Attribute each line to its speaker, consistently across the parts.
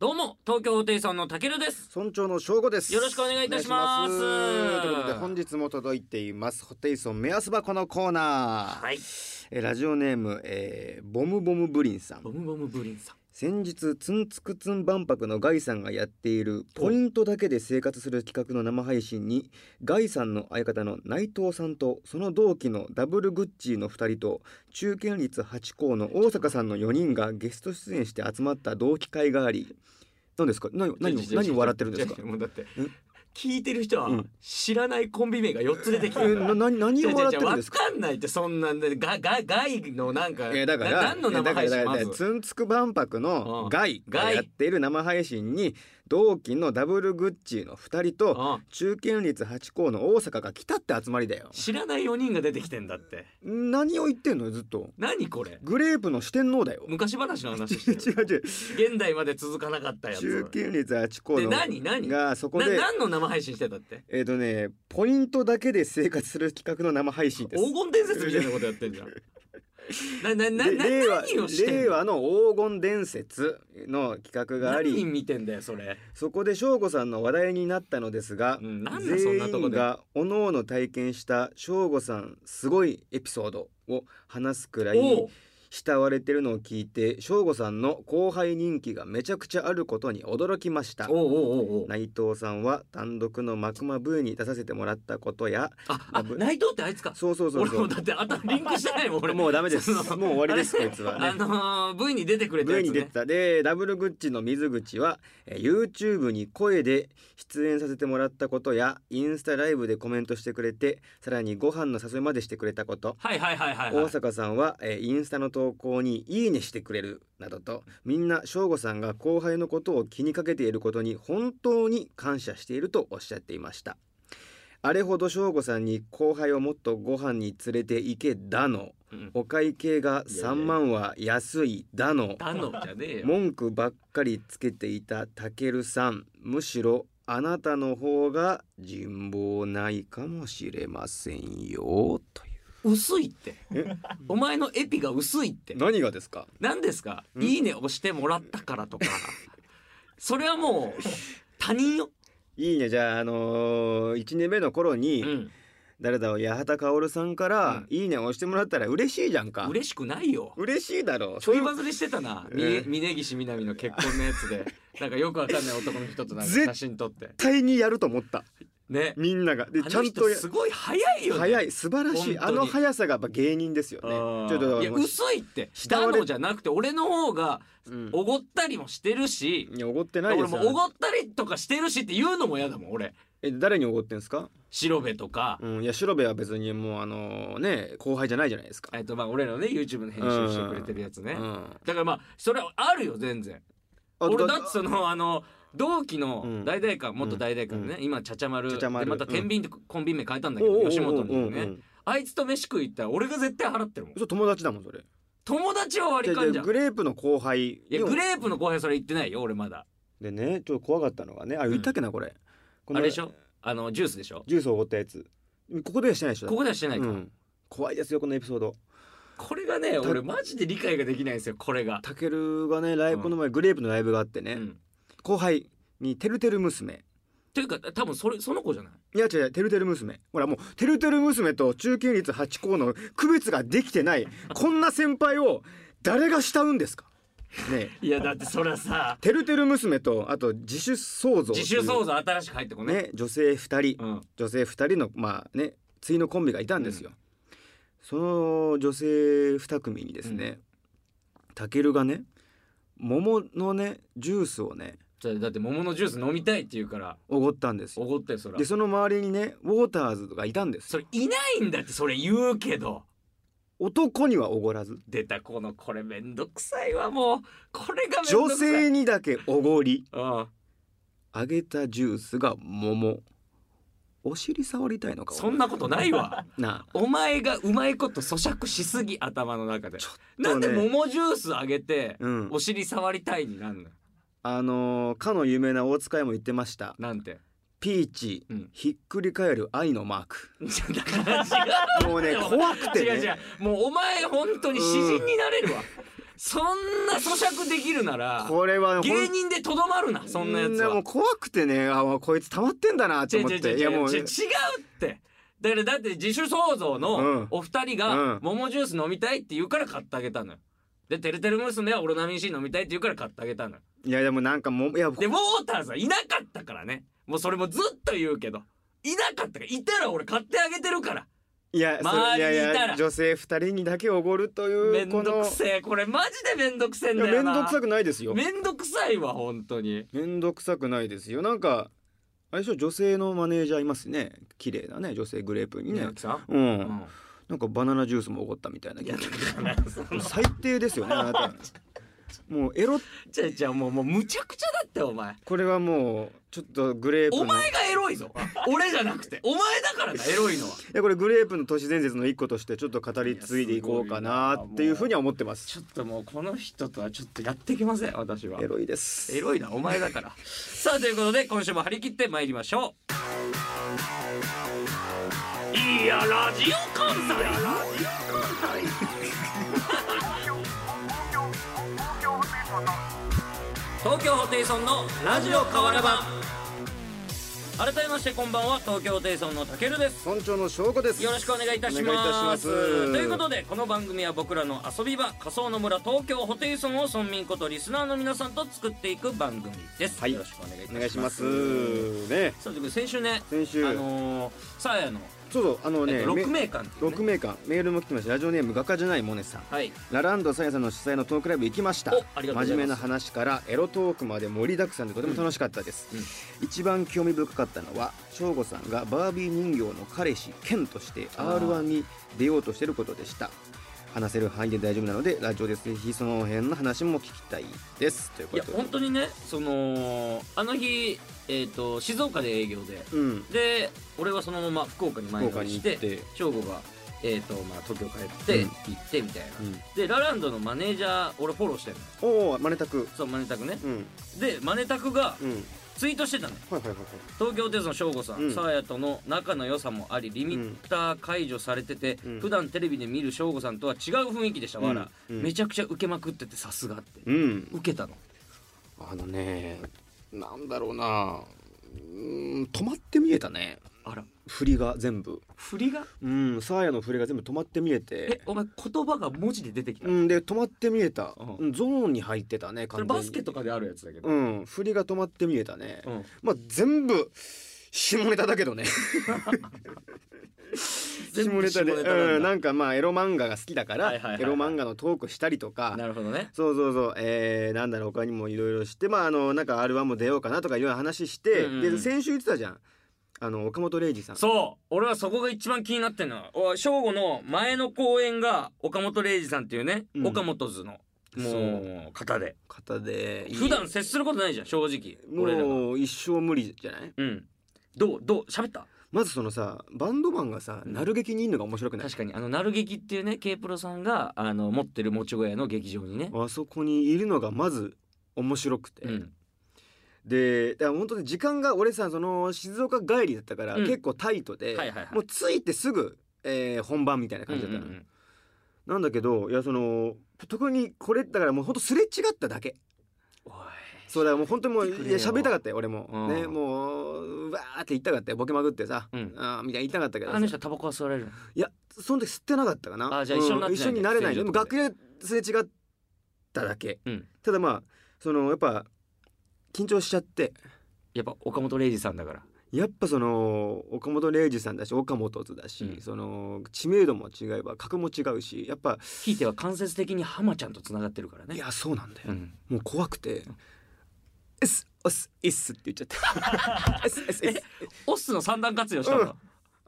Speaker 1: どうも東京ホテイソンのたけるです
Speaker 2: 村長の正吾です
Speaker 1: よろしくお願いいたします
Speaker 2: お願いしますということで本日も届いていますホテイソン目安箱のコーナー、
Speaker 1: はい
Speaker 2: えーラジオネーム、えーボムボムブリンさん
Speaker 1: ボムボムブリンさん
Speaker 2: 先日ツンツクツン万博のガイさんがやっているポイントだけで生活する企画の生配信にガイさんの相方の内藤さんとその同期のダブルグッチーの2人と中堅率8校の大阪さんの4人がゲスト出演して集まった同期会があり何ですか何何を何を笑ってるんですか
Speaker 1: もうだって聞いてる人は知らないコンビ名が4つ出てきて
Speaker 2: えな何何を
Speaker 1: 違う違う違う
Speaker 2: 笑ってるんですか
Speaker 1: わかんないってそんなんでがが外のなんか
Speaker 2: えだか
Speaker 1: な
Speaker 2: ら
Speaker 1: 何の生配
Speaker 2: え
Speaker 1: 信
Speaker 2: だか
Speaker 1: ま
Speaker 2: らだから
Speaker 1: ず
Speaker 2: ツンツク万博
Speaker 1: う
Speaker 2: の
Speaker 1: ん
Speaker 2: ガイがやっている生配信に同期のダブルグッチーの2人と
Speaker 1: うん
Speaker 2: 中堅率8校の大阪が来たって集まりだよ
Speaker 1: 知らない4人が出てきてんだって
Speaker 2: 何を言ってんのよずっと
Speaker 1: 何これ
Speaker 2: グレープの四天王だよ
Speaker 1: 昔話の話
Speaker 2: 違う
Speaker 1: してる
Speaker 2: 違う
Speaker 1: 現代まで続かなかったや
Speaker 2: 中
Speaker 1: つ
Speaker 2: 堅率8校
Speaker 1: で
Speaker 2: の
Speaker 1: 何何な
Speaker 2: がそこで
Speaker 1: 何の生配信してたって
Speaker 2: えっ、とねポイントだけで生活する企画の生配信です
Speaker 1: 黄金伝説みたいなことやってんじゃん ななな
Speaker 2: で
Speaker 1: な
Speaker 2: 令和
Speaker 1: 何をしてんの
Speaker 2: 令和の黄金伝説の企画があ
Speaker 1: 何
Speaker 2: り
Speaker 1: 見てんだよそれ
Speaker 2: そこで省吾さんの話題になったのですが、
Speaker 1: うんなんだそん
Speaker 2: 全
Speaker 1: なとこ
Speaker 2: 員
Speaker 1: で
Speaker 2: がおのおの体験した省吾さんすごいエピソードを話すくらい
Speaker 1: おう
Speaker 2: 慕われてるのを聞いて省吾さんの後輩人気がめちゃくちゃあることに驚きました
Speaker 1: おうおうおうおう
Speaker 2: 内藤さんは単独のマクマブーに出させてもらったことや
Speaker 1: ああ内藤ってあいつか
Speaker 2: そうそうそう
Speaker 1: 俺
Speaker 2: そ
Speaker 1: も
Speaker 2: う
Speaker 1: だってあとリンクしてないもん俺
Speaker 2: もうダメですもう
Speaker 1: その
Speaker 2: 終わりですこいつは
Speaker 1: あ
Speaker 2: ね。
Speaker 1: のー、V に出てくれたや
Speaker 2: V
Speaker 1: つ
Speaker 2: に出て
Speaker 1: ね
Speaker 2: たでダブルグッチの水口はえー YouTube に声で出演させてもらったことやインスタライブでコメントしてくれてさらにご飯の誘いまでしてくれたこと
Speaker 1: はいはいはいはい、
Speaker 2: 大
Speaker 1: はい、
Speaker 2: 阪さんは、えーインスタの投稿に「いいね」してくれるなどとみんな省吾さんが後輩のことを気にかけていることに本当に感謝しているとおっしゃっていましたあれほど省吾さんに後輩をもっとご飯に連れて行けだの
Speaker 1: うん
Speaker 2: お会計が3万は安いだの
Speaker 1: だのじゃねえよ
Speaker 2: 文句ばっかりつけていたたけるさんむしろあなたの方が人望ないかもしれませんよという
Speaker 1: 薄いって
Speaker 2: え
Speaker 1: お前のエピが薄いって
Speaker 2: 何がですか
Speaker 1: 何ですか「
Speaker 2: うん
Speaker 1: いいね」押してもらったからとかそれはも う他人よ、
Speaker 2: いいねじゃああのー、1年目の頃
Speaker 1: う
Speaker 2: に
Speaker 1: ん、
Speaker 2: 誰だろう八幡薫さんから
Speaker 1: うん
Speaker 2: 「いいね」押してもらったら嬉しいじゃんか
Speaker 1: 嬉しくないよ
Speaker 2: 嬉しいだろう
Speaker 1: ちょいバズりしてたな、み
Speaker 2: ええ
Speaker 1: 峯岸みなみの結婚のやつ でなんかよくわかんない男の人となんか
Speaker 2: 絶
Speaker 1: 写真撮って
Speaker 2: 絶対にやると思った
Speaker 1: ね
Speaker 2: みんながで
Speaker 1: あ
Speaker 2: ちゃ
Speaker 1: の
Speaker 2: んと
Speaker 1: 人
Speaker 2: や
Speaker 1: すごい早いよね
Speaker 2: 早い素晴らしい
Speaker 1: 本
Speaker 2: あ
Speaker 1: 当に
Speaker 2: の速さがやっぱ芸人ですよね
Speaker 1: うん
Speaker 2: ちょっと
Speaker 1: いや
Speaker 2: もう
Speaker 1: 薄いって
Speaker 2: 慕わ
Speaker 1: だ
Speaker 2: れ
Speaker 1: のじゃなくて俺の方が
Speaker 2: うん
Speaker 1: おごったりもしてるし、
Speaker 2: いやおごってない
Speaker 1: 俺
Speaker 2: です
Speaker 1: も
Speaker 2: よ
Speaker 1: おごったりとかしてるしって言うのも嫌だもん俺
Speaker 2: え誰におごってんすか
Speaker 1: 白部とか、
Speaker 2: うんいや白部は別にもうあのね後輩じゃないじゃないですか
Speaker 1: えっとまあ俺らのね YouTube の編集してくれてるやつね、
Speaker 2: うん
Speaker 1: だからまあそれはあるよ全然
Speaker 2: あ
Speaker 1: 俺
Speaker 2: だ
Speaker 1: だってそのあの同期の大々館、元大々館ね、
Speaker 2: う
Speaker 1: 今ちゃちゃ丸
Speaker 2: ちゃちゃ丸
Speaker 1: でまた天秤でコンビ名変えたんだ
Speaker 2: お
Speaker 1: け
Speaker 2: う
Speaker 1: ど、
Speaker 2: おうおう
Speaker 1: 吉本にね、
Speaker 2: うんうん
Speaker 1: あいつと飯食い行ったら俺が絶対払ってるもん
Speaker 2: そう友達だもんそれ
Speaker 1: 友達は割り勘じゃん
Speaker 2: グレープの後輩
Speaker 1: いやグレープの後輩それ言ってないよ俺まだ
Speaker 2: でねちょっと怖かったのがねあれ言ったっけなこれ
Speaker 1: あ
Speaker 2: この
Speaker 1: れでしょあのジュースでしょ
Speaker 2: ジュースをおごったやつここではしてないでしょ
Speaker 1: ここではしてないか、
Speaker 2: うん怖いですよこのエピソード
Speaker 1: これがね
Speaker 2: た
Speaker 1: 俺マジで理解ができないんですよこれが、
Speaker 2: たけるがねライブこの前グレープのライブがあって
Speaker 1: う
Speaker 2: ね、
Speaker 1: ん、
Speaker 2: 後輩にてるてる娘
Speaker 1: というか多分それその子じゃない
Speaker 2: いや違う違うてるてる娘ほらもうてるてる娘と中堅率8校の区別ができてないこんな先輩を誰が慕うんですかねえ
Speaker 1: いやだってそれはさ
Speaker 2: てるてる娘とあと自主創造っていう
Speaker 1: 自主創造新しく入ってこね
Speaker 2: ね女性2人、
Speaker 1: うん
Speaker 2: 女性2人のまあね対のコンビがいたんですよ、その女性2組にですねたけるがね桃のねジュースをね
Speaker 1: じゃあだって桃のジュース飲みたいって言うから
Speaker 2: おごったんです
Speaker 1: お
Speaker 2: よ
Speaker 1: ごってそら
Speaker 2: でその周りにねウォーターズがいたんです
Speaker 1: そ
Speaker 2: よ
Speaker 1: れいないんだってそれ言うけど
Speaker 2: 男にはおごらず
Speaker 1: 出たこのこれめんどくさいわもうこれがめんど
Speaker 2: 女
Speaker 1: くさい
Speaker 2: 性にだけおごり
Speaker 1: うん
Speaker 2: あげたジュースが桃お尻触りたいのか
Speaker 1: そんなことないわ
Speaker 2: なあ
Speaker 1: お前がうまいこと咀嚼しすぎ頭の中で、
Speaker 2: ちょ
Speaker 1: な
Speaker 2: と
Speaker 1: ん
Speaker 2: ね
Speaker 1: で桃ジュースあげて、
Speaker 2: うん
Speaker 1: お尻触りたいになんの
Speaker 2: あのーかの有名な大塚愛も言ってました
Speaker 1: なんて
Speaker 2: ピーチ、
Speaker 1: うん
Speaker 2: ひっくり返る愛のマーク
Speaker 1: だから違う
Speaker 2: もうね怖くてね
Speaker 1: 違う違うもうお前本当に詩人になれるわ、そんな咀嚼できるなら
Speaker 2: これはほん
Speaker 1: 芸人でとどまるなそんなやつ
Speaker 2: もう
Speaker 1: は。
Speaker 2: 怖くてねあもうこいつ溜まってんだなと
Speaker 1: 違う
Speaker 2: 思っ
Speaker 1: 違う違
Speaker 2: て
Speaker 1: う
Speaker 2: いやもう
Speaker 1: 違う違うってだからだって自主創造
Speaker 2: うん
Speaker 1: のお二人
Speaker 2: うん
Speaker 1: が桃ジュース飲みたいって言うから買ってあげたのよ。で「てるてる娘」はオロナミン C 飲みたいって言うから買ってあげたの よ。
Speaker 2: いやでもなんかもういや
Speaker 1: でウォーターズはいなかったからねもうそれもずっと言うけどいなかったからいたら俺買ってあげてるから
Speaker 2: いやそれ
Speaker 1: 周りにいたら
Speaker 2: いやいや女性二人にだけおごるとい
Speaker 1: め
Speaker 2: うんこ
Speaker 1: ど
Speaker 2: の
Speaker 1: くせえこれマジでめんどくせえん
Speaker 2: いや
Speaker 1: だ
Speaker 2: め
Speaker 1: よ
Speaker 2: ん
Speaker 1: な
Speaker 2: どくさくないですよ
Speaker 1: めんどくさいわ本当に
Speaker 2: めんどくさくないですよなんか相性女性のマネージャーいますね綺麗なね女性グレープにね
Speaker 1: 宮崎さん、
Speaker 2: うん、
Speaker 1: うん
Speaker 2: なんかバナナジュースもおごったみたいない
Speaker 1: やだからその
Speaker 2: 最低ですよねあなたもうエロ
Speaker 1: じゃじゃもうもうむちゃくちゃだってお前
Speaker 2: これはもうちょっとグレープの
Speaker 1: お前がエロいぞ俺じゃなくてお前だからだエロいのはい
Speaker 2: やこれグレープの都市伝説の一個としてちょっと語り継いでいこうかなっていうふうには思ってます
Speaker 1: ちょっともうこの人とはちょっとやってきません私は
Speaker 2: エロいです
Speaker 1: エロいなお前だからさあということで今週も張り切って参りましょういやラジオ関西東京ホテイソンのラジオ変わらば改めましてこんばんは東京ホテイソンのたけるです
Speaker 2: 村長の証拠です
Speaker 1: よろしくお願いいたし
Speaker 2: お願いいたし
Speaker 1: ま
Speaker 2: ますす
Speaker 1: ということでこの番組は僕らの遊び場仮想の村東京ホテイソンを村民ことリスナーの皆さんと作っていく番組です、
Speaker 2: はい
Speaker 1: よろしくお願いい
Speaker 2: お願
Speaker 1: た
Speaker 2: い
Speaker 1: し
Speaker 2: し
Speaker 1: ま
Speaker 2: ますすね
Speaker 1: そうということで先週ね
Speaker 2: 先週
Speaker 1: あのー、さあやの、
Speaker 2: そうそうあの
Speaker 1: え
Speaker 2: ね
Speaker 1: っと、6名間っていうね
Speaker 2: 6名間メールも来てましたラジオネーム画家じゃないモネさん
Speaker 1: はい
Speaker 2: ラランドサヤさんの主催のトークライブ行きました
Speaker 1: おありがとうございます
Speaker 2: 真面目な話からエロトークまで盛りだくさんでとても楽しかったです、
Speaker 1: うんうん
Speaker 2: 一番興味深かったのは省吾さんがバービー人形の彼氏ケンとして
Speaker 1: あー
Speaker 2: r 1に出ようとしてることでした話せる範囲で大丈夫なのでラジオでぜひその辺の話も聞きたいですという
Speaker 1: い
Speaker 2: こ
Speaker 1: や
Speaker 2: とで
Speaker 1: 本当にねそのあの日えっ、と静岡で営業で
Speaker 2: うん
Speaker 1: で俺はそのまま福岡に前
Speaker 2: 福
Speaker 1: 乗
Speaker 2: 岡
Speaker 1: り
Speaker 2: に
Speaker 1: し
Speaker 2: 行ってて、
Speaker 1: 省吾が、えーとまあ、東京帰って、
Speaker 2: うん
Speaker 1: 行ってみたいな、
Speaker 2: うん、
Speaker 1: でラランドのマネージャー俺フォローしてるの
Speaker 2: おおマネタク
Speaker 1: そうマネタクね
Speaker 2: うん
Speaker 1: でマネタクが
Speaker 2: うん
Speaker 1: ツイートしてたの
Speaker 2: はいはいはいはい
Speaker 1: 東京ホテイソン省吾さ
Speaker 2: うんん
Speaker 1: サーヤとの仲の良さもありリミッター解除されてて、
Speaker 2: うん
Speaker 1: 普段テレビで見る省吾さんとは違う雰囲気でした、わら
Speaker 2: うんうん
Speaker 1: めちゃくちゃ受けまくっててさすがって、
Speaker 2: うん
Speaker 1: 受けたの
Speaker 2: あのねなんだろうなうん止まって見えたね
Speaker 1: あら
Speaker 2: 振りが全部
Speaker 1: 振りが
Speaker 2: うんサーヤの振りが全部止まって見え
Speaker 1: え
Speaker 2: て
Speaker 1: お前言葉が文字で出てきた、
Speaker 2: うんで止まって見えた、
Speaker 1: うん
Speaker 2: うんゾーンに入ってたね
Speaker 1: それ
Speaker 2: 完全
Speaker 1: バ
Speaker 2: に
Speaker 1: スケとかであるやつだけど、
Speaker 2: うん振りが止まって見えたね、
Speaker 1: うん
Speaker 2: まあ全部下ネタだけどね
Speaker 1: 全部下ネタなんだ
Speaker 2: うん、なんかまあエロ漫画が好きだから、
Speaker 1: はいはいはいはい
Speaker 2: エロ漫画のトークしたりとか
Speaker 1: なるほどね
Speaker 2: そうそうそう、えー、なんだろう他にもいろいろしてまああのなんか R1 も出ようかなとかいろいろ話して、
Speaker 1: うんうん
Speaker 2: で先週言ってたじゃんあの岡本零士さん
Speaker 1: そう俺はそこが一番気になってんのはお省吾の前の公演が岡本零士さんっていうね、
Speaker 2: うん
Speaker 1: 岡本図のもう方で
Speaker 2: 方でいい
Speaker 1: 普段接することないじゃん正直俺らが
Speaker 2: もう一生無理じゃない
Speaker 1: うんどうどう喋った
Speaker 2: まずそのさバンドマンがさ
Speaker 1: うん
Speaker 2: 鳴る劇にいんのが面白くない
Speaker 1: 確かにあの鳴る劇っていうね K プロさんがあの持ってるもち小屋の劇場にね
Speaker 2: あそこにいるのがまず面白くて、
Speaker 1: うん
Speaker 2: でだから本当に時間が俺さその静岡帰りだったから
Speaker 1: うん
Speaker 2: 結構タイトで、
Speaker 1: はいはいはい
Speaker 2: もう着いてすぐ、えー本番みたい
Speaker 1: う
Speaker 2: な
Speaker 1: ん
Speaker 2: 感じだったの、
Speaker 1: うんうん
Speaker 2: なんだけどいやその特にこれだからもうほんとすれ違っただけ
Speaker 1: おい
Speaker 2: そうだからもう本当にもう
Speaker 1: 言ってく
Speaker 2: い
Speaker 1: れよ
Speaker 2: や喋りたかったよ俺も、
Speaker 1: うん
Speaker 2: ねもううわーって言いたかったよボケまくってさ、
Speaker 1: うん
Speaker 2: あーみたいな言いたかったけど
Speaker 1: あの人タバコは吸われるの
Speaker 2: いやその時吸ってなかったかな
Speaker 1: あじゃあ一緒になってない
Speaker 2: うん一緒になれない
Speaker 1: 喫煙所
Speaker 2: で
Speaker 1: と
Speaker 2: も
Speaker 1: か
Speaker 2: 楽
Speaker 1: で
Speaker 2: 屋すれ違っただけ、
Speaker 1: うん
Speaker 2: ただまあそのやっぱ緊張しちゃって
Speaker 1: やっぱ岡本零士さんだから
Speaker 2: やっぱその岡本零士さんだし岡本津だし、
Speaker 1: うん
Speaker 2: その知名度も違えば格も違うしやっぱ
Speaker 1: ひいては間接的に浜ちゃんとつながってるからね
Speaker 2: いやそうなんだよ、
Speaker 1: うん
Speaker 2: もう怖くて「エスオスイス」って言っちゃ った「エスエスエス」
Speaker 1: オスの三段活用したの、
Speaker 2: うん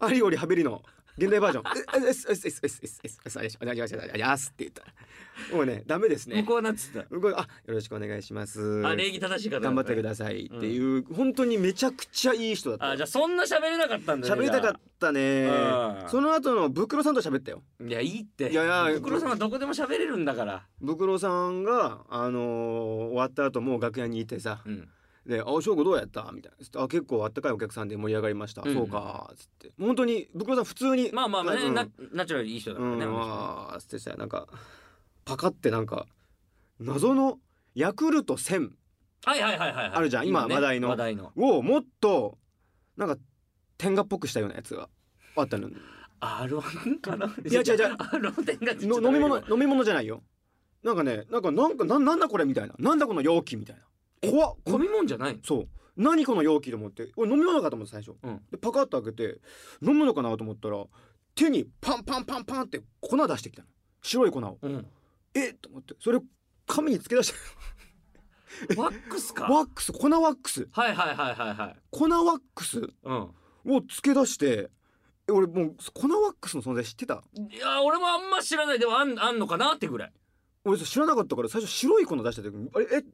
Speaker 2: ありおりはべりの現代バージョン。え、え、え、え、え、え、え、え、え、え、え、え、え、やすって言った。もうね、ダメですね
Speaker 1: 向。こうはなんつって
Speaker 2: 向こうあ、よろしくお願いします。
Speaker 1: たあ礼儀正しい方だ
Speaker 2: 頑張ってく
Speaker 1: さ
Speaker 2: ださいっていう、本当にめちゃくちゃいい人だった
Speaker 1: あ。じゃあそんな喋れなかったんだね
Speaker 2: 喋りたかったね
Speaker 1: うん。
Speaker 2: その後のブクロさんと喋ったよ。
Speaker 1: たいやいいって
Speaker 2: いやいや
Speaker 1: ブクロさんはどこでも喋れるんだから
Speaker 2: ブクロさんが、あのー終わった後もう楽屋にいてさ、
Speaker 1: うん
Speaker 2: で、あ、翔吾どうやったみたいな。あ、結構あったかいお客さんで盛り上がりました。
Speaker 1: うん
Speaker 2: そうか、つって。本当に、ブクロさん普通に。
Speaker 1: まあまあまあね、
Speaker 2: うん
Speaker 1: なナチュラルにいい人だからね、
Speaker 2: う
Speaker 1: あ
Speaker 2: ん、
Speaker 1: の人
Speaker 2: あーってしたらなんかパカってなんか謎のヤクルト1000
Speaker 1: はいはいはいはいはい
Speaker 2: あるじゃん今
Speaker 1: ね
Speaker 2: 話題の
Speaker 1: 話題の
Speaker 2: をもっとなんか天下っぽくしたようなやつがあったの
Speaker 1: R1 かない
Speaker 2: や違う違 う
Speaker 1: R1 点がちょっと
Speaker 2: の飲み物飲み物じゃないよなんかねなんかなんかなんなんだこれみたいななんだこの容器みたいな怖っこ
Speaker 1: 飲み物じゃないの
Speaker 2: そう何この容器と思って俺飲み物かと思って最初、
Speaker 1: うん
Speaker 2: でパカッと開けて飲むのかなと思ったら手にパンパンパンパンって粉出してきたの白い粉を
Speaker 1: うん
Speaker 2: えっと思ってそれを紙につけ出して
Speaker 1: ワックスか
Speaker 2: ワックス粉ワックス
Speaker 1: はいはいはいはいはい
Speaker 2: 粉ワックス
Speaker 1: う
Speaker 2: をつけ出してえ俺もう粉ワックスの存在知ってた
Speaker 1: んいや俺もあんま知らないでもあんあんのかなってぐらい
Speaker 2: 俺それ知らなかったから最初白い粉出した時にあれえ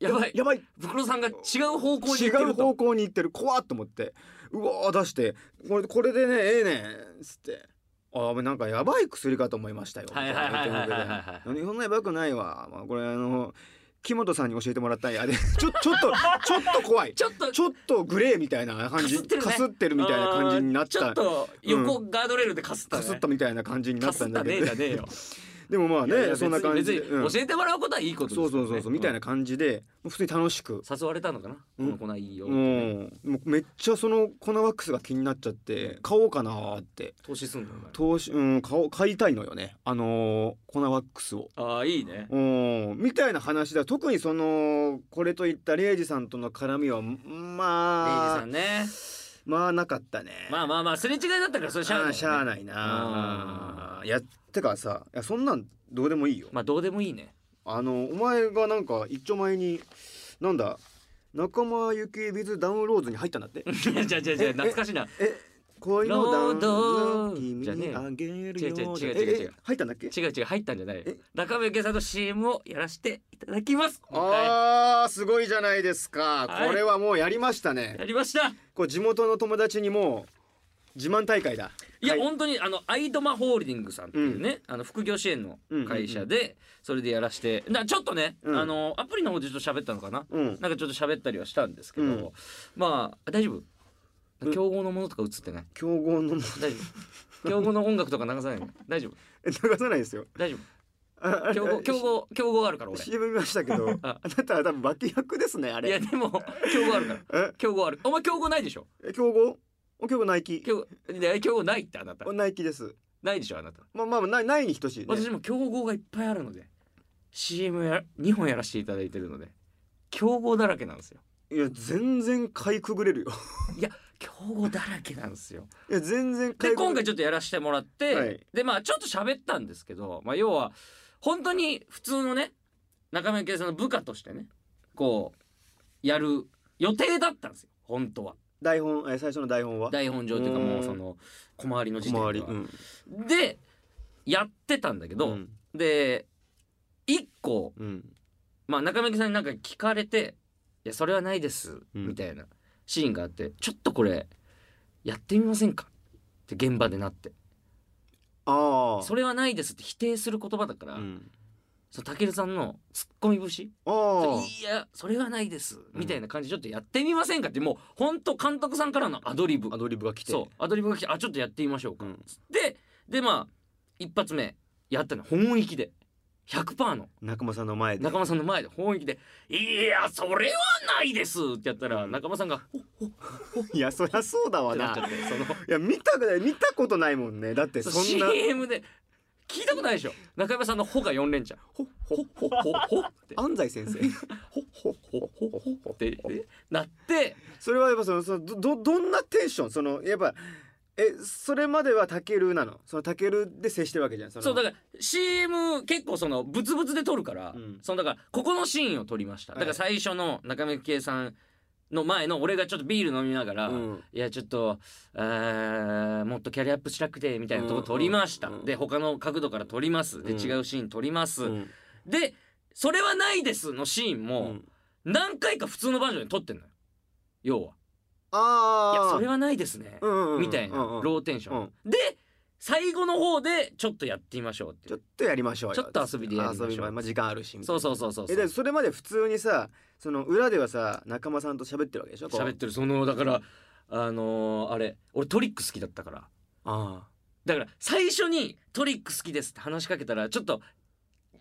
Speaker 1: やばい
Speaker 2: やばい
Speaker 1: 袋さんが違う方向に
Speaker 2: 違
Speaker 1: 行って
Speaker 2: う
Speaker 1: ると
Speaker 2: 方向に行ってる怖っと思ってうわー出してこれこれでねええねんっつって「ああなんかやばい薬かと思いましたよ」
Speaker 1: はいはいはいはいはいはい
Speaker 2: みたいな言ってるわけでそんなやばくないわ、まあ、これあの木本さんに教えてもらったんやでちょちょっと ちょっと怖い
Speaker 1: ちょっと
Speaker 2: ちょっとグレーみたいな感じ
Speaker 1: かすってるね
Speaker 2: かすってるみたいな感じになっ
Speaker 1: ちょったと横ガードレールでかすった
Speaker 2: か
Speaker 1: ね
Speaker 2: すったみたいな感じにな
Speaker 1: か
Speaker 2: っ
Speaker 1: す
Speaker 2: た
Speaker 1: っ
Speaker 2: ん
Speaker 1: た
Speaker 2: だ
Speaker 1: ね
Speaker 2: け
Speaker 1: え
Speaker 2: ど
Speaker 1: じゃね えよ
Speaker 2: でもまあ
Speaker 1: いやい
Speaker 2: ね
Speaker 1: や
Speaker 2: そんな感じ
Speaker 1: 別に別
Speaker 2: うん
Speaker 1: に教えてもらうことはいいことですか
Speaker 2: そ
Speaker 1: ら
Speaker 2: う
Speaker 1: ね
Speaker 2: そうそうそうみたいな感じで普通に楽しく
Speaker 1: 誘われたのかなこ
Speaker 2: うん
Speaker 1: の粉いいよって
Speaker 2: う
Speaker 1: ね
Speaker 2: ん、もうめっちゃその粉ワックスが気になっちゃって買おうかなーって
Speaker 1: 投資すんのお前
Speaker 2: 投資、うん、買おう買いたいのよねあのー粉ワックスを。
Speaker 1: ああいいね
Speaker 2: うんみたいな話だ特にそのこれといったレイジさんとの絡みは
Speaker 1: レイジ
Speaker 2: ま
Speaker 1: さ
Speaker 2: あ
Speaker 1: んね
Speaker 2: まあなかったね。
Speaker 1: まあまあまあすれ違いだったからそれしゃあ
Speaker 2: あ
Speaker 1: な
Speaker 2: ー
Speaker 1: い
Speaker 2: しゃあ
Speaker 1: よね
Speaker 2: ないな。いやてかさいやそんなんどうでもいいよ。
Speaker 1: まあどうでもいい ね
Speaker 2: あのお前がなんか一丁前になんだ仲間由紀恵ビズダウンローズに入ったんだって。
Speaker 1: いやじゃあじゃあじゃあ懐かしいな
Speaker 2: え恋のダウン
Speaker 1: ロード
Speaker 2: 君
Speaker 1: じゃねえ
Speaker 2: にあげるよ
Speaker 1: 違う違う違う
Speaker 2: え
Speaker 1: 違う違う
Speaker 2: え入ったんだっけ
Speaker 1: 違う違う入ったんじゃないよ
Speaker 2: え
Speaker 1: 中部家さんの CM をやらせていただきますは
Speaker 2: あーすごいじゃないですか、
Speaker 1: はい
Speaker 2: これはもうやりましたね
Speaker 1: いやりました
Speaker 2: これ地元の友達にも自慢大会だ
Speaker 1: いや、
Speaker 2: はい
Speaker 1: 本当にあのアイドマホールディングさんっていうね、あの副業支援の会社でそれでやらして、なちょっとね、
Speaker 2: うん
Speaker 1: あのアプリの方でちょっと喋ったのかな、
Speaker 2: うん
Speaker 1: なんかちょっと喋ったりはしたんですけど、
Speaker 2: うん
Speaker 1: まあ大丈夫
Speaker 2: ん
Speaker 1: 競合のものとか映ってない
Speaker 2: 競合のも
Speaker 1: 大丈 夫競合の音楽とか流さないの大丈夫
Speaker 2: 流さないですよ
Speaker 1: 大丈
Speaker 2: ああ
Speaker 1: 夫競 合競合競合あるから俺
Speaker 2: CM 見ましたけどあ
Speaker 1: あ
Speaker 2: なたは多分脇役ですねあ
Speaker 1: いや
Speaker 2: れ
Speaker 1: でも競合あるから
Speaker 2: え
Speaker 1: 競合あるお前競合ないでしょ
Speaker 2: え競合お競合ナイキ
Speaker 1: 競合いや競合ないってあなた
Speaker 2: おナイキです
Speaker 1: ないでしょあなた
Speaker 2: まあまあないないに等しいね
Speaker 1: 私も競合がいっぱいあるので CM や2本やらせていただいてるので競合だらけなんですよ
Speaker 2: いや全然かいくぐれるよ
Speaker 1: 競合だらけなんですよ
Speaker 2: いや全然かい
Speaker 1: で
Speaker 2: くぐ
Speaker 1: 今
Speaker 2: れる
Speaker 1: 回ちょっとやらせてもらって、
Speaker 2: はい
Speaker 1: でまあちょっと喋ったんですけど、まあ、要は本当に普通のね中村圭さんの部下としてねこうやる予定だったんですよ本当は
Speaker 2: 台本え最初の台本は
Speaker 1: 台本上というかも
Speaker 2: う
Speaker 1: うんその小回りの時
Speaker 2: 小
Speaker 1: 点
Speaker 2: 回
Speaker 1: で
Speaker 2: り
Speaker 1: は、
Speaker 2: うん
Speaker 1: でやってたんだけど、
Speaker 2: ん
Speaker 1: で1個
Speaker 2: うん
Speaker 1: まあ、中村さんになんか聞かれて「いやそれはないです」
Speaker 2: うん
Speaker 1: みたいなシーンがあって「ちょっとこれやってみませんか?」って現場でなって
Speaker 2: あ
Speaker 1: 「
Speaker 2: あ
Speaker 1: それはないです」って否定する言葉だから、
Speaker 2: うん
Speaker 1: そのたけるさんのツッコミ節
Speaker 2: あ
Speaker 1: 「
Speaker 2: あ
Speaker 1: いやそれはないです」みたいな感じでちょっとやってみませんかってもうほんと監督さんからのアドリブ
Speaker 2: アドリブが来て
Speaker 1: そうアドリブが来て「あちょっとやってみましょうか」
Speaker 2: うん
Speaker 1: つってでまあ一発目やったの本域で100%の
Speaker 2: 仲間さんの前で
Speaker 1: 中間さんの前で本気で「いやそれはないです」ってやったら中間さんが「ほっほっ」
Speaker 2: いやそりゃそうだ
Speaker 1: っ
Speaker 2: わ
Speaker 1: てな
Speaker 2: な
Speaker 1: っちゃってその
Speaker 2: いや見た見たことないもんねだってそ
Speaker 1: そ
Speaker 2: んな
Speaker 1: の CM で聞いたことないでしょ中山さんの「ほ」が4連チャン「ほほほほほ」って
Speaker 2: 安西先 生
Speaker 1: 「ほほほほほ」ってえなって
Speaker 2: それはやっぱそのそのどどどんなテンションそのやっぱえそれまではタケルなのそのタケルで接してるわけじゃんその
Speaker 1: そうだから CM 結構そのブツブツで撮るから
Speaker 2: うん
Speaker 1: そのだからここのシーンを撮りましただから最初の中村圭さんの前の俺がちょっとビール飲みながら
Speaker 2: うん
Speaker 1: いやちょっとあーもっとキャリアアップしなくてみたいなとこ撮りました、
Speaker 2: うんうんうん
Speaker 1: で他の角度から撮りますで
Speaker 2: うん
Speaker 1: 違うシーン撮ります、
Speaker 2: うん
Speaker 1: で「それはないです」のシーン
Speaker 2: う
Speaker 1: も
Speaker 2: ん
Speaker 1: 何回か普通のバージョンで撮ってんのよ要は「
Speaker 2: あ
Speaker 1: い
Speaker 2: あ
Speaker 1: やそれはないですね」みたいな
Speaker 2: ちょ
Speaker 1: ローテンション、
Speaker 2: うん
Speaker 1: で最後の方でちょっとやってみましょうっていう
Speaker 2: っとやりましょうよ
Speaker 1: ちょっと遊びでやりましょう
Speaker 2: 遊びままあ時間あるしみたい
Speaker 1: そ
Speaker 2: な
Speaker 1: うそうそうそうそ
Speaker 2: えで
Speaker 1: う
Speaker 2: それまで普通にさその裏ではさ仲間さんと喋ってるわけでしょこう
Speaker 1: 喋ってるそのだからあのーあれ俺トリック好きだったから
Speaker 2: あ
Speaker 1: だから最初にトリック好きですって話しかけたらちょっと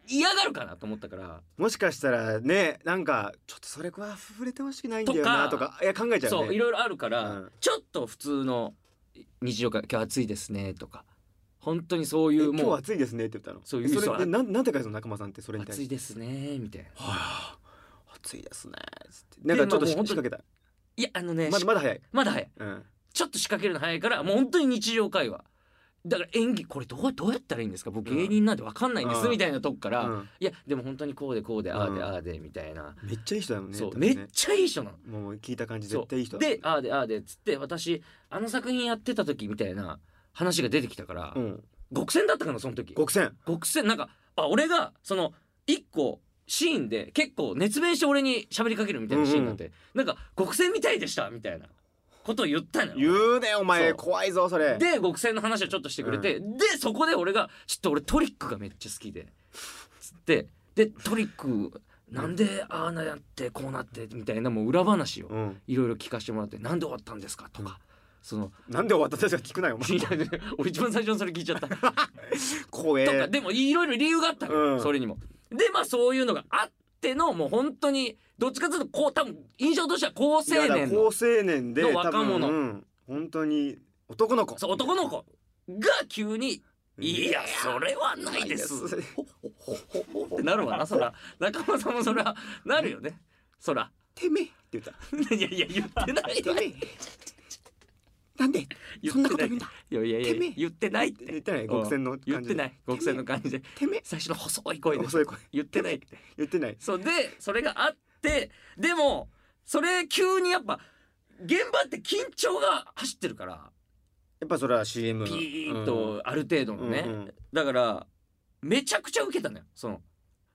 Speaker 1: 嫌がるかなと思ったから
Speaker 2: もしかしたらねなんかちょっとそれは触れてほしくないんだよな
Speaker 1: と
Speaker 2: とかいや考えちゃうね
Speaker 1: そういろいろあるから、
Speaker 2: うん
Speaker 1: ちょっと普通の日常から「今日暑いですね」とか本当にそうい
Speaker 2: え
Speaker 1: う
Speaker 2: 今日
Speaker 1: もう
Speaker 2: 暑いですねって言ったの
Speaker 1: そう
Speaker 2: え
Speaker 1: 嘘
Speaker 2: れでなんなんて返すの仲間さんってそ
Speaker 1: 「
Speaker 2: れに対し
Speaker 1: 暑
Speaker 2: て
Speaker 1: いですね」みたいな。
Speaker 2: はあ暑いですねつってなんかちょっと
Speaker 1: でま
Speaker 2: し
Speaker 1: あもう
Speaker 2: 仕掛けた
Speaker 1: いやあのね
Speaker 2: まだまだ早い、
Speaker 1: まだ早い
Speaker 2: うん、
Speaker 1: ちょっと仕掛けるの早いからもう本当に日常会話だから演技これどうどうやったらいいんですか僕
Speaker 2: うん
Speaker 1: 芸人なんで分かんないんで
Speaker 2: う
Speaker 1: す
Speaker 2: ん
Speaker 1: みたいなとこから、
Speaker 2: うん
Speaker 1: いやでも本当にこうでこうでああ
Speaker 2: う
Speaker 1: で
Speaker 2: ん
Speaker 1: ああでみたいな、
Speaker 2: めっちゃいい人だもんね
Speaker 1: そう、
Speaker 2: 多分
Speaker 1: め
Speaker 2: ね
Speaker 1: っちゃいい人なの。
Speaker 2: もう聞いた感じ
Speaker 1: そう
Speaker 2: 絶対いい人だもん
Speaker 1: でああでああでっつって私あの作品やってた時みたいな話が出てきたから、
Speaker 2: うん
Speaker 1: 極戦だったかなその時
Speaker 2: 極戦
Speaker 1: 極戦なんかあ俺がその一個シーンで結構熱弁して俺に喋りかけるみたいなシーンがあって、なんか極戦みたいでしたみたいなことを言ったのよ
Speaker 2: 言うねお前
Speaker 1: そう
Speaker 2: 怖いぞそれ
Speaker 1: で極戦の話をちょっとしてくれて、でそこで俺が「ちょっと俺トリックがめっちゃ好きで」つってでトリックなんでああなってこうなってみたいなもう裏話を
Speaker 2: うん、
Speaker 1: いろいろ聞かせてもらって「なんで終わったんですか?」とか、
Speaker 2: うん
Speaker 1: その
Speaker 2: なんで終わったんですか聞くないお前
Speaker 1: いや俺一番最初にそれ聞いちゃった。
Speaker 2: 怖え
Speaker 1: とかでもいろいろ理由があったのよ、
Speaker 2: うん
Speaker 1: それにも。でまあそういうのがあってのもう本当にどっちかというとこう多分印象としては高青
Speaker 2: いやだから
Speaker 1: 年
Speaker 2: 高
Speaker 1: の
Speaker 2: 青年で
Speaker 1: の若者
Speaker 2: 多分うん本当に男の子
Speaker 1: そう男の子が急に「いやそれはないです」
Speaker 2: ないです
Speaker 1: ほほほほほってなるわな そら中間さんもそらなるよねそら
Speaker 2: てめえって言った
Speaker 1: いやいや言ってない
Speaker 2: て
Speaker 1: わ
Speaker 2: めえなんで
Speaker 1: 言ってない
Speaker 2: そんなこと言うんだ
Speaker 1: いやいや
Speaker 2: て
Speaker 1: い
Speaker 2: め
Speaker 1: や
Speaker 2: え
Speaker 1: 言ってないって
Speaker 2: 言ってない極戦の感じで
Speaker 1: 言ってない極戦の感じで
Speaker 2: てめえ
Speaker 1: 最初の細い声で
Speaker 2: 遅い声
Speaker 1: 言ってないって
Speaker 2: 言ってない
Speaker 1: そうでそれがあってでもそれ急にやっぱ現場って緊張が走ってるから
Speaker 2: やっぱそれは CM
Speaker 1: ピーンとある程度
Speaker 2: う
Speaker 1: の
Speaker 2: ん
Speaker 1: ね、
Speaker 2: うん
Speaker 1: だからめちゃくちゃ受けたのよその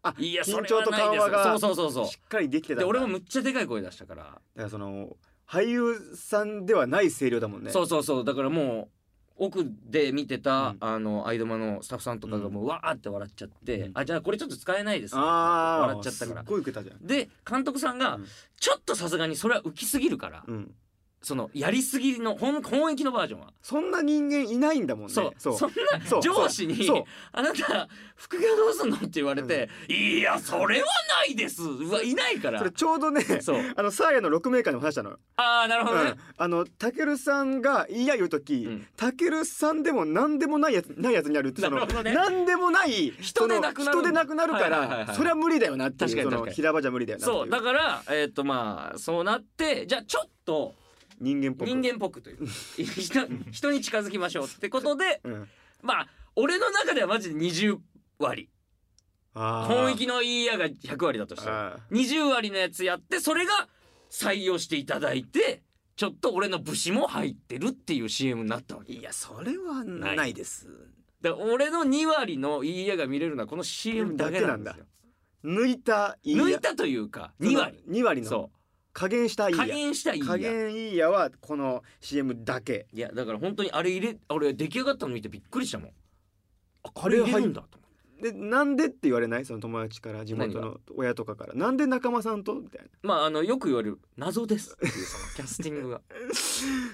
Speaker 2: あ
Speaker 1: いやそ
Speaker 2: 緊
Speaker 1: れは
Speaker 2: 張と
Speaker 1: ない
Speaker 2: 緩
Speaker 1: で
Speaker 2: 和が
Speaker 1: すそうそうそう
Speaker 2: し
Speaker 1: そ
Speaker 2: っかりできてた
Speaker 1: うん
Speaker 2: だ
Speaker 1: で俺もむっちゃでかい声出したから、
Speaker 2: だからその俳優さんではない声量だもんね
Speaker 1: そうそうそうだからもう奥で見てた、
Speaker 2: うん
Speaker 1: あのアイドマのスタッフさんとかがもうわーって笑っちゃって、
Speaker 2: うん
Speaker 1: あじゃあこれちょっと使えないですね
Speaker 2: ああ
Speaker 1: 笑っちゃったか
Speaker 2: す
Speaker 1: ら
Speaker 2: っごい受けたじゃん
Speaker 1: で監督さんが、
Speaker 2: うん
Speaker 1: ちょっとさすがにそれは浮きすぎるから、
Speaker 2: うん
Speaker 1: そのやりすぎの本本域のバージョンは、
Speaker 2: そんな人間いないんだもんね
Speaker 1: そうそん
Speaker 2: そ
Speaker 1: な
Speaker 2: う
Speaker 1: 上司に
Speaker 2: そう
Speaker 1: 「あなた副業どうすんの?」って言われて「いやそれはないです」うわいないか
Speaker 2: そ
Speaker 1: ら
Speaker 2: れちょうどね
Speaker 1: そう
Speaker 2: あのサーヤの6名ーでも話したのよ
Speaker 1: ああなるほど
Speaker 2: う
Speaker 1: ね
Speaker 2: ん、あのたけるさんが言いや言う時
Speaker 1: うん
Speaker 2: たけるさんでも何でもないやつないやつになるって
Speaker 1: な
Speaker 2: そ
Speaker 1: る
Speaker 2: の
Speaker 1: ほどね
Speaker 2: 何でもない
Speaker 1: 人でなくなる
Speaker 2: その人でなくなるか
Speaker 1: はいはいはいは
Speaker 2: ら
Speaker 1: い
Speaker 2: それは無理だよなって
Speaker 1: 確
Speaker 2: い
Speaker 1: か
Speaker 2: う
Speaker 1: に
Speaker 2: その
Speaker 1: 確かに
Speaker 2: 平場じゃ無理だよなって
Speaker 1: そう
Speaker 2: い
Speaker 1: だ
Speaker 2: う
Speaker 1: からえっ、とまあそうなってじゃあちょっと
Speaker 2: 人間っぽく
Speaker 1: 人間っぽくという 人人に近づきましょうってことで
Speaker 2: うん
Speaker 1: まあ俺の中ではマジで20割
Speaker 2: あー
Speaker 1: 本域のいいやが100割だとしたら
Speaker 2: あ
Speaker 1: 20割のやつやってそれが採用していただいてちょっと俺の武士も入ってるっていう CM になったわ
Speaker 2: ー
Speaker 1: け
Speaker 2: いやそれは
Speaker 1: ない
Speaker 2: ないです
Speaker 1: だから俺の2割のいいやが見れるのはこの CM だけなんですよ
Speaker 2: 抜いたいいや
Speaker 1: 抜いたというか2割
Speaker 2: その2割の
Speaker 1: そ
Speaker 2: 加減したいういや
Speaker 1: 加減したいい
Speaker 2: 加
Speaker 1: や
Speaker 2: 減いいやはこの CM だけ
Speaker 1: いやだから本当にあれ入れ俺出来上がったの見てびっくりしたもんあ
Speaker 2: こ
Speaker 1: こ
Speaker 2: れ
Speaker 1: れ入れるんだと思って
Speaker 2: でなんでって言われないその友達から地元の親とかからなんで仲間さんとみたいな
Speaker 1: まああのよく言われる謎ですっていうそのキャスティングが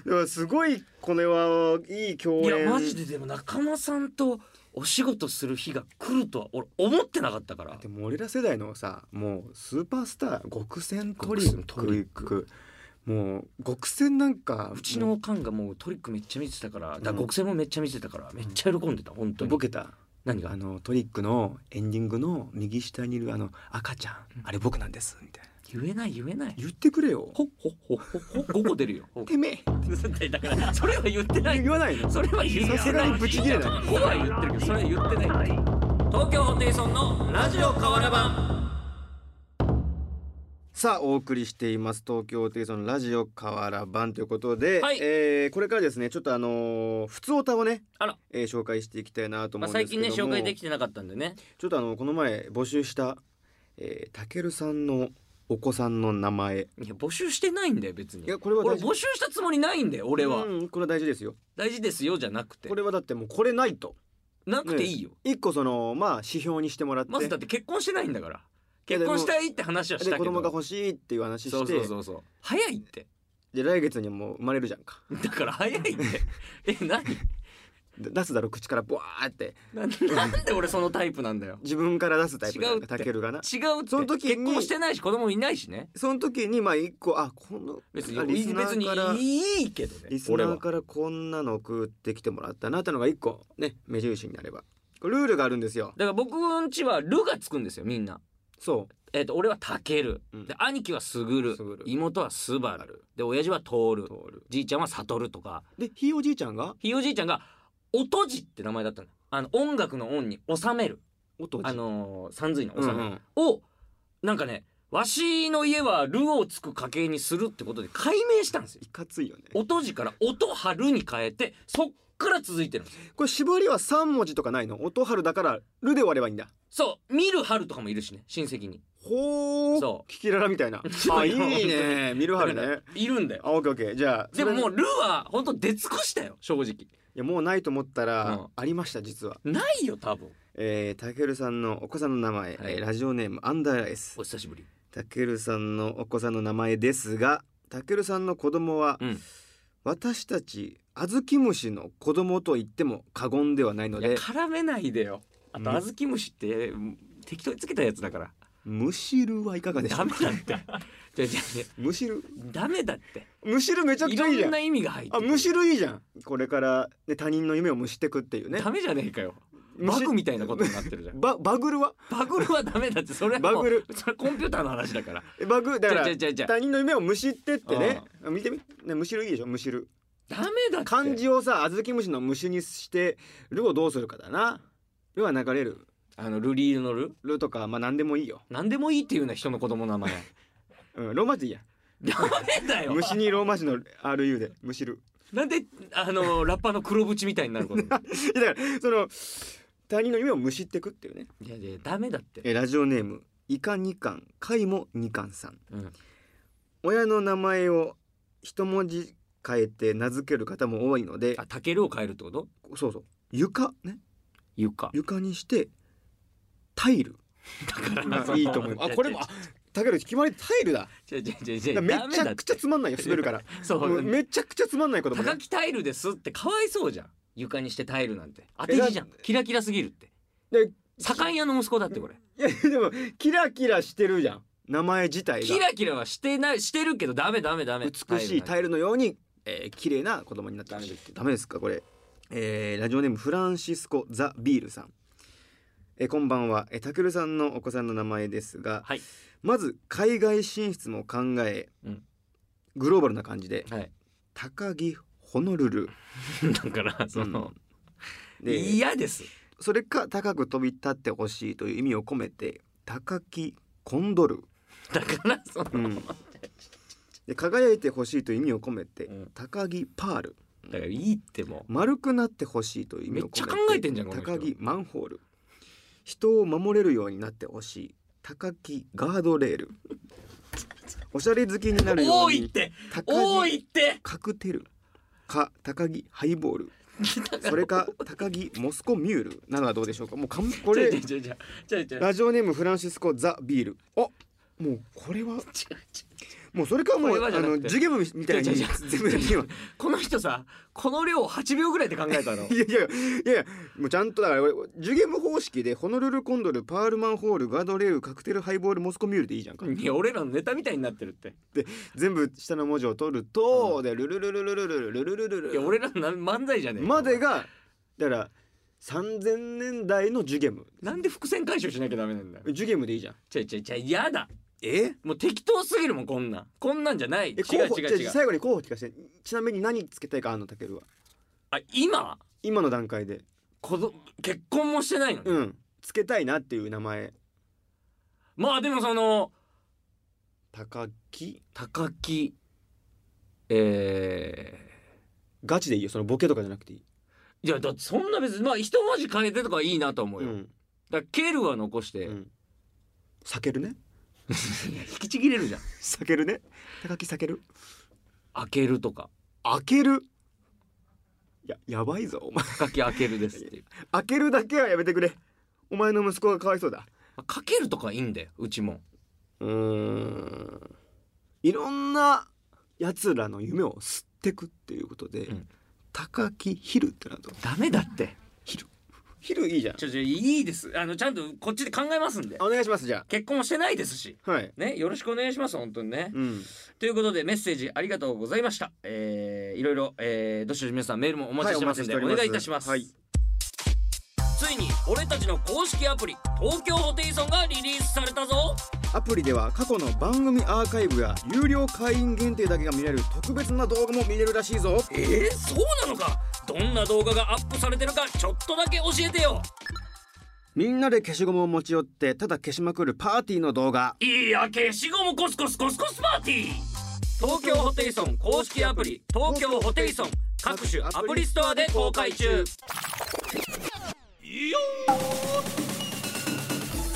Speaker 2: でもすごいこれはいい共演
Speaker 1: いやマジででも仲間さんとお仕事する日が来るとは俺思ってなかったから
Speaker 2: でも俺ら世代のさもうスーパースター極戦トリ
Speaker 1: 極戦トリ
Speaker 2: ッ
Speaker 1: ッ
Speaker 2: クもう極戦なんか
Speaker 1: うちのおかんがもうトリックめっちゃ見てたから、だから
Speaker 2: うん
Speaker 1: 極戦もめっちゃ見てたから、めっちゃ喜んでた、本当
Speaker 2: もう
Speaker 1: に。
Speaker 2: ボケた
Speaker 1: 何が
Speaker 2: あのトリックのエンディングの右下にいるあの赤ちゃんあれ僕なんですみたいな
Speaker 1: 言えない言えない。
Speaker 2: 言ってくれよ
Speaker 1: ほっほっほっほっほっ5個出るよ。ほっ
Speaker 2: てめ
Speaker 1: だから、それは言ってな
Speaker 2: え
Speaker 1: い
Speaker 2: 言。わないの
Speaker 1: それは言ってない。
Speaker 2: さすがにブチ切れない
Speaker 1: ほは言ってるけど、それは言ってない。東京ホテイソンのラジオ河原版。
Speaker 2: さあお送りしています東京テイソンラジオ河原版ということで、
Speaker 1: はい
Speaker 2: えーこれからですねちょっとあのー普通歌をね
Speaker 1: あら、
Speaker 2: えー紹介していきたいなと思
Speaker 1: まあ、
Speaker 2: うんで
Speaker 1: 最
Speaker 2: すけど
Speaker 1: 近
Speaker 2: も、
Speaker 1: ね、紹介できてなかったんでね。
Speaker 2: ちょっとあのこの前募集したえーたけるさんのお子さんの名前
Speaker 1: いや、募集してないんだよ、別に。
Speaker 2: いやこれは
Speaker 1: 俺、
Speaker 2: 大事
Speaker 1: 募集したつもりないんだよ、俺は。
Speaker 2: うんこれは大事ですよ
Speaker 1: 大事ですよ、じゃなくて
Speaker 2: こ。れはだってもうこれないと
Speaker 1: なくていいよ。
Speaker 2: 一個そのまあ指標にしてもらって、
Speaker 1: まずだって結婚してないんだから。結婚したいって話はした
Speaker 2: で
Speaker 1: けど。
Speaker 2: 子供が欲しいっていう話して
Speaker 1: そうそうそうそう早いって
Speaker 2: で来月にはもう生まれるじゃんか
Speaker 1: だから早いってえ何
Speaker 2: 出すだろ口からブワーって
Speaker 1: なんなんで俺そのタイプなんだよ
Speaker 2: 自分から出すタイプだ
Speaker 1: 違
Speaker 2: よ
Speaker 1: うって
Speaker 2: ねタケルがな
Speaker 1: 違うって
Speaker 2: その時に
Speaker 1: 結婚してないし子供いないしね
Speaker 2: その時にまあ一個あこの
Speaker 1: 別
Speaker 2: あ
Speaker 1: に
Speaker 2: リスナ
Speaker 1: 別
Speaker 2: ーから
Speaker 1: にいいけどね
Speaker 2: リスナ
Speaker 1: 俺
Speaker 2: ー
Speaker 1: は
Speaker 2: からこんなの送ってきてもらったなってのが一個ね目印になればこれルールがあるんですよ
Speaker 1: だから僕んちは「る」がつくんですよみんな。
Speaker 2: そ
Speaker 1: えっと俺は「たける」
Speaker 2: うん
Speaker 1: で兄貴は「すぐる
Speaker 2: すぐる」
Speaker 1: 妹は「すばる」で親父は「とお
Speaker 2: う
Speaker 1: る
Speaker 2: 通」る
Speaker 1: じいちゃんは「さとる」とか
Speaker 2: でひいおじいちゃんが
Speaker 1: ひいおじいちゃんが「おとじ」って名前だったのあの音楽の「音」に「収める
Speaker 2: おと」じ
Speaker 1: あのーさんずいの「収める
Speaker 2: うんうん」
Speaker 1: をなんかねわしの家は「る」をつく家系にするってことで解明したんですよ
Speaker 2: い。かついよね
Speaker 1: おとじから「おとはる」に変えてそっから続いてるんですよ。
Speaker 2: これ絞りは三文字とかないの音春だからるで終わればいいんだ
Speaker 1: そう「見るはる」とかもいるしね親戚に。
Speaker 2: ほー
Speaker 1: そう
Speaker 2: キキララみたい なあいいね見る春
Speaker 1: だ
Speaker 2: ね
Speaker 1: からいるんだよ。
Speaker 2: あオッケーオッケーじゃあ
Speaker 1: でもも
Speaker 2: そうれい
Speaker 1: ルーは本当出尽くしたよ正直
Speaker 2: やもうないと思ったら、
Speaker 1: うん
Speaker 2: ありました実は
Speaker 1: ないよ多分
Speaker 2: えー、たけるさんのお子さんの名前、
Speaker 1: はい
Speaker 2: えーラジオネームアンダーライス
Speaker 1: お久しぶり
Speaker 2: たけるさんのお子さんの名前ですがたけるさんの子供は、
Speaker 1: うん
Speaker 2: 私たちあずき虫の子供と言っても過言ではないの
Speaker 1: いや
Speaker 2: で
Speaker 1: 絡めないでよあと
Speaker 2: うん
Speaker 1: 小豆虫って適当につけたやつだから
Speaker 2: むしるはいかがでしょ
Speaker 1: ダ
Speaker 2: う
Speaker 1: メ
Speaker 2: か
Speaker 1: だって じゃじゃじゃ
Speaker 2: むしる
Speaker 1: ダメだって
Speaker 2: むしるめちゃく
Speaker 1: い
Speaker 2: ちゃいいじ
Speaker 1: ろ
Speaker 2: ゃ
Speaker 1: ん
Speaker 2: ん
Speaker 1: な意味が入って
Speaker 2: あ
Speaker 1: くる
Speaker 2: むしるいいじゃんこれから、ね、他人の夢をむしてくっていうね
Speaker 1: ダメじゃねえかよ
Speaker 2: む
Speaker 1: バ
Speaker 2: し
Speaker 1: グみたいなことになってるじゃん
Speaker 2: ババグルは
Speaker 1: バグルはダメだってそれはもう
Speaker 2: バグル
Speaker 1: それはコンピューターの話だから
Speaker 2: えバグだ
Speaker 1: じ
Speaker 2: か
Speaker 1: ゃ
Speaker 2: ら
Speaker 1: じゃじゃじゃダ
Speaker 2: 他人の夢をむしってってねあ見てみ、ね、むしるいいでしょむしる
Speaker 1: メだって
Speaker 2: 漢字をさあずき虫の虫にしてるをどうするかだなるは流れる
Speaker 1: あのルリールのル
Speaker 2: るとかまあ何でもいいよ、
Speaker 1: 何でもいいっていうような人の子供の名前
Speaker 2: うん、ローマ字いいや
Speaker 1: ダメだよ
Speaker 2: 虫にローマ字の RU でむしる
Speaker 1: なんであのラッパーの黒縁みたいになることに
Speaker 2: いやだからその他人の夢をむしってくっていうね
Speaker 1: いやいやダメだって。
Speaker 2: えラジオネームイカ二巻貝も二巻さん
Speaker 1: うん、
Speaker 2: 親の名前を一文字変えて名付ける方も多いので
Speaker 1: あ、タケルを変えるってこと？
Speaker 2: そうそう床ね
Speaker 1: 床。
Speaker 2: 床にしてタイル
Speaker 1: だ
Speaker 2: がいいと思いますあこれもあだけど決まりタイルだ
Speaker 1: 違う違う違う違
Speaker 2: だ
Speaker 1: う。
Speaker 2: からめち
Speaker 1: ダメだ
Speaker 2: ゃ
Speaker 1: っ
Speaker 2: くちゃ
Speaker 1: て
Speaker 2: つまんないよ滑るから
Speaker 1: そ
Speaker 2: もう
Speaker 1: う。
Speaker 2: めちゃくちゃつまんない言葉
Speaker 1: 高
Speaker 2: ね
Speaker 1: 木タイルですってかわいそうじゃん。床にしてタイルなんて当て字じゃん。キラキラすぎるって。
Speaker 2: で
Speaker 1: 左官屋の息子だってこれ。
Speaker 2: いやでもキラキラしてるじゃん名前自体
Speaker 1: キ
Speaker 2: が
Speaker 1: ラキラはしてないしてるけどダメダメダメ。
Speaker 2: 美しいタ
Speaker 1: イ
Speaker 2: イルのように、えー、綺麗な子供になってほしいダメですかこれ、えーラジオネームフランシスコ・ザ・ビールさん、えーこんばんはえーたけるさんのお子さんの名前ですが、
Speaker 1: はい
Speaker 2: まず海外進出も考え、
Speaker 1: うん
Speaker 2: グローバルな感じで
Speaker 1: ル。はい。
Speaker 2: 高木ホノルル
Speaker 1: だからその
Speaker 2: で
Speaker 1: 嫌です。
Speaker 2: それか高く飛び立ってほしいという意味を込めて高木コンドル、
Speaker 1: だからその。
Speaker 2: うんで輝いてほしいという意味を込めて、
Speaker 1: うん
Speaker 2: 高木パール
Speaker 1: だからいいってもう。
Speaker 2: 丸くなってほしいという意味を込
Speaker 1: め
Speaker 2: めて
Speaker 1: っちゃ考えてんじゃんこの人
Speaker 2: 高木マンホール人を守れるようになってほしい高木ガードレー ルおしゃれ好きになるよ
Speaker 1: 多
Speaker 2: う
Speaker 1: いっ
Speaker 2: に
Speaker 1: て
Speaker 2: 高
Speaker 1: 多
Speaker 2: 木
Speaker 1: いって。
Speaker 2: カクテルか高木ハイボールそ れか高木モスコミュールなどはどうでしょうかもうかんこ
Speaker 1: じゃじ
Speaker 2: れ
Speaker 1: ゃじゃじゃじゃ。
Speaker 2: ラジオネームフランシスコ・ザ・ビールあもうこれは
Speaker 1: 違う違う
Speaker 2: もうそれかも
Speaker 1: これ
Speaker 2: うあ
Speaker 1: はじゃな
Speaker 2: の
Speaker 1: くて
Speaker 2: 授業部みたいに
Speaker 1: 違う違う
Speaker 2: 全部やってよ
Speaker 1: この人さこの量を8秒ぐらいで考えた の
Speaker 2: いやいやいやいやもうちゃんとだから俺ジュゲム方式でホノルルコンドルパールマンホールガードレールカクテルハイボールモスコミュールでいいじゃんか
Speaker 1: いや俺らのネタみたいになってるって
Speaker 2: 全部下の文字を取るとでルルルルルルルルルルル
Speaker 1: いや
Speaker 2: ル
Speaker 1: 俺らのな漫才じゃねえか
Speaker 2: までがだから3000年代のジュゲム
Speaker 1: なんで伏線回収しなきゃダメなんだよ
Speaker 2: ジュゲムでいいじゃん
Speaker 1: ちゃいちゃいちゃいやだ
Speaker 2: え
Speaker 1: もう適当すぎるもんこんなんこんなんじゃない違う
Speaker 2: え候補
Speaker 1: 違
Speaker 2: じゃ
Speaker 1: う違
Speaker 2: あ
Speaker 1: う
Speaker 2: 最後に候補聞かせてちなみに何つけたいかあんのたけるは
Speaker 1: あ今
Speaker 2: 今の段階で
Speaker 1: 子供結婚もしてないのに、
Speaker 2: うんつけたいなっていう名前
Speaker 1: まあでもその
Speaker 2: 高木
Speaker 1: 高木え
Speaker 2: ガチでいいよそのボケとかじゃなくていい、
Speaker 1: ー、いやだってそんな別にまあ一文字変えてとかいいなと思う
Speaker 2: う
Speaker 1: よ、だ
Speaker 2: ん
Speaker 1: からケルは残して、
Speaker 2: うん、避けるね
Speaker 1: 引きちぎれるじゃん
Speaker 2: 避けるね高木避ける
Speaker 1: 開けるとか
Speaker 2: 開けるややばいぞお前
Speaker 1: 高木開けるですっていう
Speaker 2: 開けるだけはやめてくれお前の息子がかわいそうだ
Speaker 1: まあかけるとかいいんだようちも
Speaker 2: うーんいろんなやつらの夢を吸ってくっていうことで、
Speaker 1: うん
Speaker 2: 高木ヒルってなると
Speaker 1: ダメだって
Speaker 2: ヒルヒルいいじゃん
Speaker 1: ちょちょいいですあのちゃんとこっちで考えますんで
Speaker 2: お願いしますじゃ
Speaker 1: 結婚もしてないですし
Speaker 2: あはい
Speaker 1: ねよろしくお願いします本当にね、
Speaker 2: うん
Speaker 1: ということでメッセージありがとうございましたえー、いろいろ、えー、どしどし皆さんメールもお待ちしてますんで、
Speaker 2: はいお
Speaker 1: お
Speaker 2: 待ちしております
Speaker 1: 願いいたします、
Speaker 2: はい
Speaker 1: ついに俺たちの公式アプリ東京ホテイソンがリリースされたぞ
Speaker 2: アプリでは過去の番組アーカイブや有料会員限定だけが見れる特別な動画も見れるらしいぞ
Speaker 1: えー、そうなのかどんな動画がアップされてるかちょっとだけ教えてよ
Speaker 2: みんなで消しゴムを持ち寄ってただ消しまくるパーティーの動画
Speaker 1: いや消しゴムコスコスコスコスパーティー東京ホテイソン公式アプリ東京ホテイソン各種アプリストアで公開中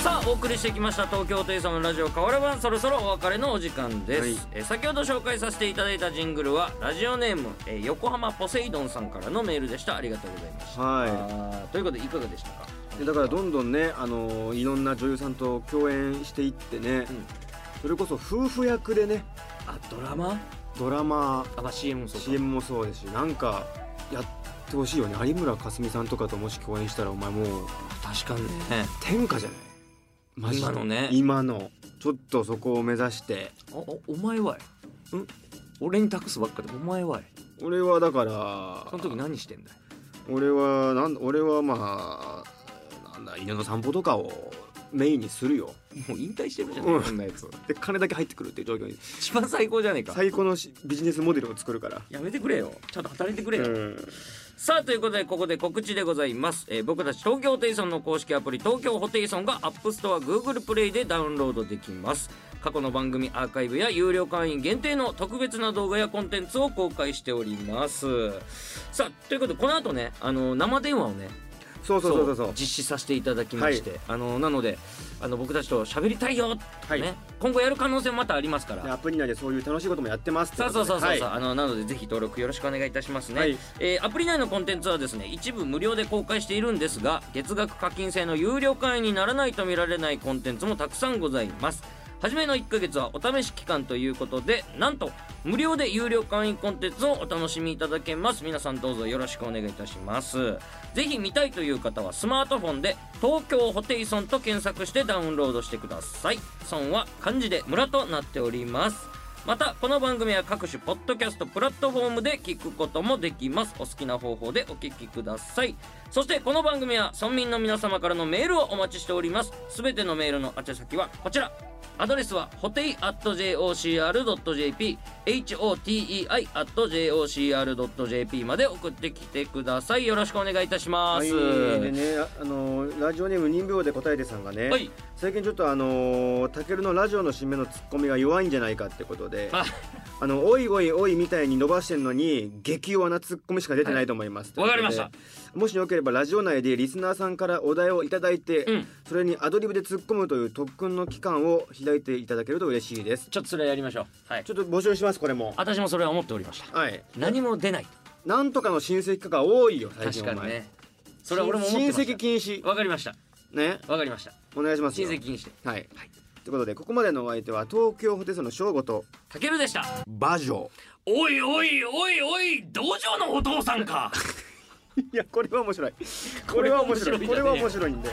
Speaker 1: さあお送りしてきました東京ホテイソンのラジオ変わらばんそろそろお別れのお時間です、
Speaker 2: はい
Speaker 1: えー先ほど紹介させていただいたジングルはラジオネーム、えー横浜ポセイドンさんからのメールでしたありがとうございました、
Speaker 2: は
Speaker 1: あーということでいかがでしたか
Speaker 2: いでだからどんどんねあのーいろんな女優さんと共演していってね、
Speaker 1: うん
Speaker 2: それこそ夫婦役でね
Speaker 1: あドラマ
Speaker 2: ドラマ
Speaker 1: あ、まあ、CM もそうか
Speaker 2: CM もそうですしなんかやってほしいよね有村架純さんとかともし共演したらお前もう
Speaker 1: 確かにね
Speaker 2: 天下じゃないマジで
Speaker 1: 今のね
Speaker 2: 今のちょっとそこを目指して
Speaker 1: おおお前はん俺に託すばっかでお前はい
Speaker 2: 俺はだから
Speaker 1: その時何してんだよ
Speaker 2: 俺はなん俺はまあなんだ犬の散歩とかをメインにするよ
Speaker 1: もう引退してるじゃない、
Speaker 2: うん
Speaker 1: こんなやつ
Speaker 2: で金だけ入ってくるっていう状況に
Speaker 1: 一番最高じゃねえか
Speaker 2: 最高のしビジネスモデルを作るから
Speaker 1: やめてくれよちゃんと働いてくれよ、
Speaker 2: うん
Speaker 1: さあということでここで告知でございます、えー僕たち東京ホテイソンの公式アプリ東京ホテイソンが App Store Google Play でダウンロードできます過去の番組アーカイブや有料会員限定の特別な動画やコンテンツを公開しておりますさあということでこの後ねあの生電話をね
Speaker 2: そうそうそうそうそう
Speaker 1: 実施させていただきまして、あのなのであの僕たちと喋りたいよ、
Speaker 2: はい
Speaker 1: ね、今後やる可能性もまたありますから
Speaker 2: でアプリ内でそういう楽しいこともやってます
Speaker 1: そうそうそうそう、
Speaker 2: はい
Speaker 1: あのなのでぜひ登録よろしくお願いいたしますね、
Speaker 2: はい
Speaker 1: えーアプリ内のコンテンツはですね一部無料で公開しているんですが月額課金制の有料会員にならないと見られないコンテンツもたくさんございます初めの1ヶ月はお試し期間ということでなんと無料で有料会員コンテンツをお楽しみいただけます皆さんどうぞよろしくお願いいたしますぜひ見たいという方はスマートフォンで「東京ホテイソン」と検索してダウンロードしてくださいソンは漢字で村となっておりますまたこの番組は各種ポッドキャストプラットフォームで聞くこともできますお好きな方法でお聞きくださいそしてこの番組は村民の皆様からのメールをお待ちしておりますすべてのメールの宛先はこちらアドレスはホテイ .jocr.jp hotei .jocr.jp まで送ってきてくださいよろしくお願いいたします
Speaker 2: はいでねああのーラジオネーム任病で答えてさんがね、
Speaker 1: はい
Speaker 2: 最近ちょっとあのーたけるのラジオの締めのツッコミが弱いんじゃないかってことで
Speaker 1: あ
Speaker 2: あの「おいおいおい」みたいに伸ばしてんのに激弱なツッコミしか出てないと思います、
Speaker 1: はいわかりま
Speaker 2: とい
Speaker 1: し
Speaker 2: う
Speaker 1: た
Speaker 2: ことでもしよければラジオ内でリスナーさんからお題をいただいて、
Speaker 1: うん
Speaker 2: それにアドリブで突っ込むという特訓の期間を開いていただけると嬉しいです
Speaker 1: ちょっとそれやりましょうはい
Speaker 2: ちょっと募集しますこれも
Speaker 1: 私もそれは思っておりました
Speaker 2: はい
Speaker 1: 何も出ない
Speaker 2: なんとかの親戚化が多いよ最
Speaker 1: 確
Speaker 2: 近
Speaker 1: か
Speaker 2: お
Speaker 1: に
Speaker 2: 前、
Speaker 1: ねそれは俺も思って
Speaker 2: 親
Speaker 1: ました
Speaker 2: 戚禁止
Speaker 1: わかりました
Speaker 2: ね
Speaker 1: わかりました
Speaker 2: お願いします
Speaker 1: 親
Speaker 2: よ
Speaker 1: 戚にして
Speaker 2: はい
Speaker 1: はい
Speaker 2: ということでここまでのお相手は東京ホテイソンの翔吾と
Speaker 1: たけるでした
Speaker 2: 馬女
Speaker 1: おいおいおいおい道場のお父さんか
Speaker 2: いやこれは面白い
Speaker 1: こ
Speaker 2: こ
Speaker 1: れ
Speaker 2: れ
Speaker 1: は
Speaker 2: は
Speaker 1: 面
Speaker 2: 面
Speaker 1: 白
Speaker 2: 白
Speaker 1: い
Speaker 2: いこれは面白いんで。